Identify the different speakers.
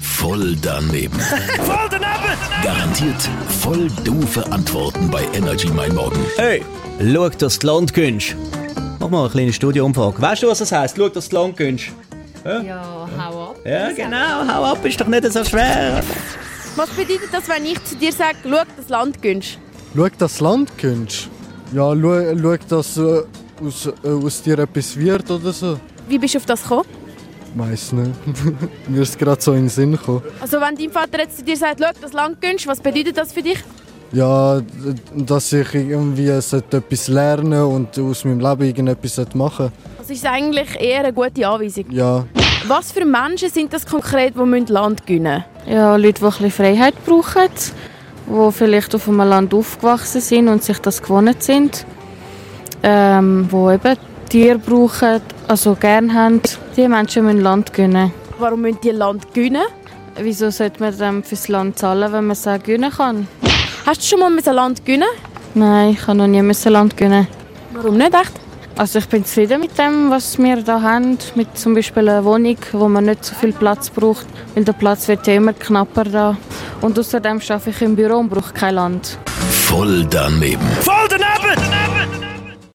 Speaker 1: Voll daneben.
Speaker 2: Voll daneben!
Speaker 1: Garantiert voll doofe Antworten bei Energy Mein Morgen.
Speaker 3: Hey, schau, dass du Land gönnst. Mach mal eine kleine Studioumfrage. Weißt du, was das heisst? Schau, dass du Land gönnst.
Speaker 4: Ja, hau ab.
Speaker 3: Ja, genau. Hau ab, ist doch nicht so schwer.
Speaker 4: Was bedeutet das, wenn ich zu dir sage, schau, das Land gönnst?
Speaker 5: Schau, dass das Land kennst. Ja, schau, schau dass äh, aus, äh, aus dir etwas wird oder so.
Speaker 4: Wie bist du auf das gekommen?
Speaker 5: Weiß nicht. Mir ist gerade so in den Sinn gekommen.
Speaker 4: Also wenn dein Vater jetzt zu dir sagt, schau, das Land gönnst, was bedeutet das für dich?
Speaker 5: Ja, d- dass ich irgendwie sollte etwas lernen und aus meinem Leben irgendetwas sollte machen
Speaker 4: Also ist es eigentlich eher eine gute Anweisung.
Speaker 5: Ja,
Speaker 4: Was für Menschen sind das konkret, die müssen Land gönnen
Speaker 6: Ja, Leute, die ein bisschen Freiheit brauchen, die vielleicht auf einem Land aufgewachsen sind und sich das gewohnt sind. Ähm, die eben Tiere brauchen, also gerne haben. Die Menschen müssen Land gönnen.
Speaker 4: müssen? Warum müssen die Land gönnen?
Speaker 6: Wieso sollte man dann fürs Land zahlen, wenn man es auch gönnen kann?
Speaker 4: Hast du schon mal müssen Land gönnen?
Speaker 6: Nein, ich kann noch nie müssen Land gönnen.
Speaker 4: Warum nicht echt?
Speaker 6: Also ich bin zufrieden mit dem, was wir da haben. Mit zum Beispiel einer Wohnung, wo man nicht so viel Platz braucht, weil der Platz wird ja immer knapper da. Und außerdem arbeite ich im Büro und brauche kein Land.
Speaker 1: Voll daneben.
Speaker 2: Voll daneben!